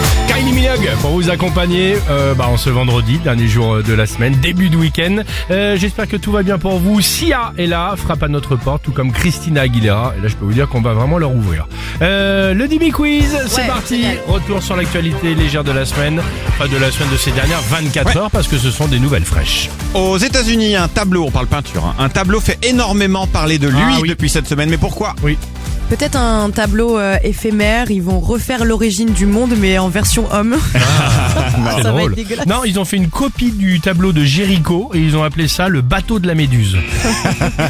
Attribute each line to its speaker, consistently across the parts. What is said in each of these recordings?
Speaker 1: Kylie Minogue pour vous accompagner euh, bah, en ce vendredi, dernier jour euh, de la semaine, début de week-end. Euh, J'espère que tout va bien pour vous. Sia est là, frappe à notre porte, tout comme Christina Aguilera. Et là, je peux vous dire qu'on va vraiment leur ouvrir. Euh, le Dimi Quiz, c'est
Speaker 2: Ouais,
Speaker 1: parti.
Speaker 2: génial.
Speaker 1: Retour sur l'actualité légère de la semaine, pas de la semaine de ces dernières 24 heures, parce que ce sont des nouvelles fraîches.
Speaker 3: Aux États-Unis, un tableau, on parle peinture, hein, un tableau fait énormément parler de lui
Speaker 1: Ah oui.
Speaker 3: depuis cette semaine. Mais pourquoi
Speaker 4: Peut-être un tableau euh, éphémère, ils vont refaire l'origine du monde mais en version homme.
Speaker 1: C'est
Speaker 4: Ah, ça va
Speaker 1: drôle.
Speaker 4: être dégueulasse.
Speaker 1: Non, ils ont fait une copie du tableau de Jéricho et ils ont appelé ça le bateau de la méduse.
Speaker 3: J'aurais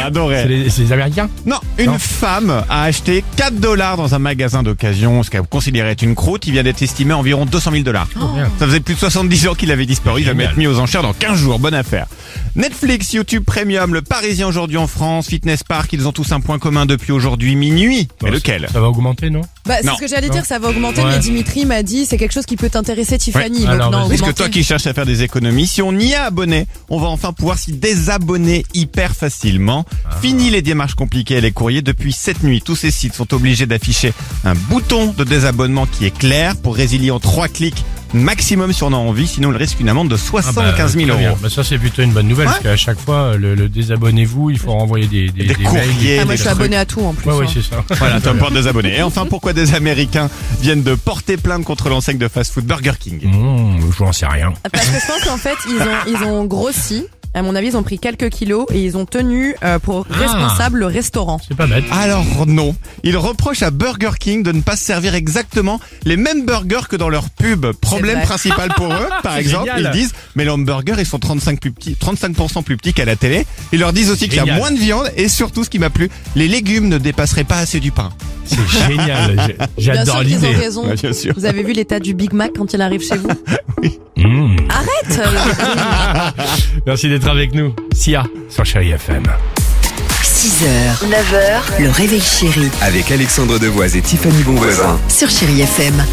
Speaker 1: C'est
Speaker 3: adoré.
Speaker 1: les, c'est les Américains
Speaker 3: Non, une
Speaker 1: Non.
Speaker 3: femme a acheté 4 dollars dans un magasin d'occasion, ce qu'elle considérait être une croûte. Il vient d'être estimé à environ 200 000 dollars.
Speaker 1: merde.
Speaker 3: Ça faisait plus de 70 ans qu'il avait disparu. Il va
Speaker 1: Génial.
Speaker 3: mettre mis aux enchères dans 15 jours. Bonne affaire. Netflix, YouTube Premium, le Parisien aujourd'hui en France, Fitness Park, ils ont tous un point commun depuis aujourd'hui minuit. Mais
Speaker 1: Bon,
Speaker 3: lequel
Speaker 1: Ça va augmenter, non
Speaker 4: Bah, c'est
Speaker 3: Non.
Speaker 4: ce que j'allais
Speaker 1: Non.
Speaker 4: dire, ça va augmenter,
Speaker 1: Ouais.
Speaker 4: mais Dimitri m'a dit c'est quelque chose qui peut t'intéresser Tiffany.
Speaker 1: Ouais.
Speaker 4: donc
Speaker 1: Alors,
Speaker 4: non,
Speaker 1: vas-y.
Speaker 3: Parce que
Speaker 4: augmenter.
Speaker 3: toi qui cherches à faire des économies, si on y est abonné, on va enfin pouvoir s'y désabonner hyper facilement.
Speaker 1: Ah.
Speaker 3: Fini les démarches compliquées et les courriers. Depuis cette nuit, tous ces sites sont obligés d'afficher un bouton de désabonnement qui est clair pour résilier en trois clics maximum si on a envie. Sinon, il risque une amende de
Speaker 1: Ah bah,
Speaker 3: 75 000
Speaker 1: très bien.
Speaker 3: euros.
Speaker 1: Bah, ça, c'est plutôt une bonne nouvelle,
Speaker 3: Ouais.
Speaker 1: parce qu'à chaque fois, le, le désabonnez-vous, il faut renvoyer des, des, des
Speaker 3: Des
Speaker 1: mails.
Speaker 3: courriers,
Speaker 4: Ah, moi
Speaker 3: des
Speaker 4: je suis
Speaker 3: trucs.
Speaker 4: abonné à tout en plus.
Speaker 1: Ouais, ouais,
Speaker 4: hein.
Speaker 1: c'est ça.
Speaker 3: Voilà, tu vas pouvoir te désabonner. Et enfin, pourquoi des Américains viennent de porter plainte contre l'enseigne de fast-food Burger King
Speaker 1: Mmh, je n'en sais rien.
Speaker 4: Parce que je pense qu'en fait ils ont, ils ont grossi, à mon avis ils ont pris quelques kilos et ils ont tenu euh, pour
Speaker 1: Ah.
Speaker 4: responsable le restaurant.
Speaker 1: C'est pas bête.
Speaker 3: Alors non, ils reprochent à Burger King de ne pas servir exactement les mêmes burgers que dans leur pub. Problème
Speaker 4: vrai.
Speaker 3: principal pour eux, par
Speaker 1: C'est
Speaker 3: exemple,
Speaker 1: génial.
Speaker 3: ils disent mais les hamburgers ils sont 35 plus petits, 35% plus petits qu'à la télé. Ils leur disent aussi qu'il y a
Speaker 1: Génial.
Speaker 3: moins de viande et surtout ce qui m'a plu, les légumes ne dépasseraient pas assez du pain.
Speaker 1: C'est génial. J'ai-
Speaker 4: Bien sûr
Speaker 1: J'adore
Speaker 4: qu'ils ont
Speaker 1: l'idée.
Speaker 4: raison.
Speaker 3: Ouais, bien sûr.
Speaker 4: Vous avez vu l'état du Big Mac quand il arrive chez vous
Speaker 1: Mmh.
Speaker 4: Arrête euh,
Speaker 1: Merci d'être avec nous. Sia, sur Chéri FM.
Speaker 5: 6h, 9h, le réveil chéri
Speaker 6: Avec Alexandre Devoise et Tiffany Bonvoisin.
Speaker 5: sur Chéri FM.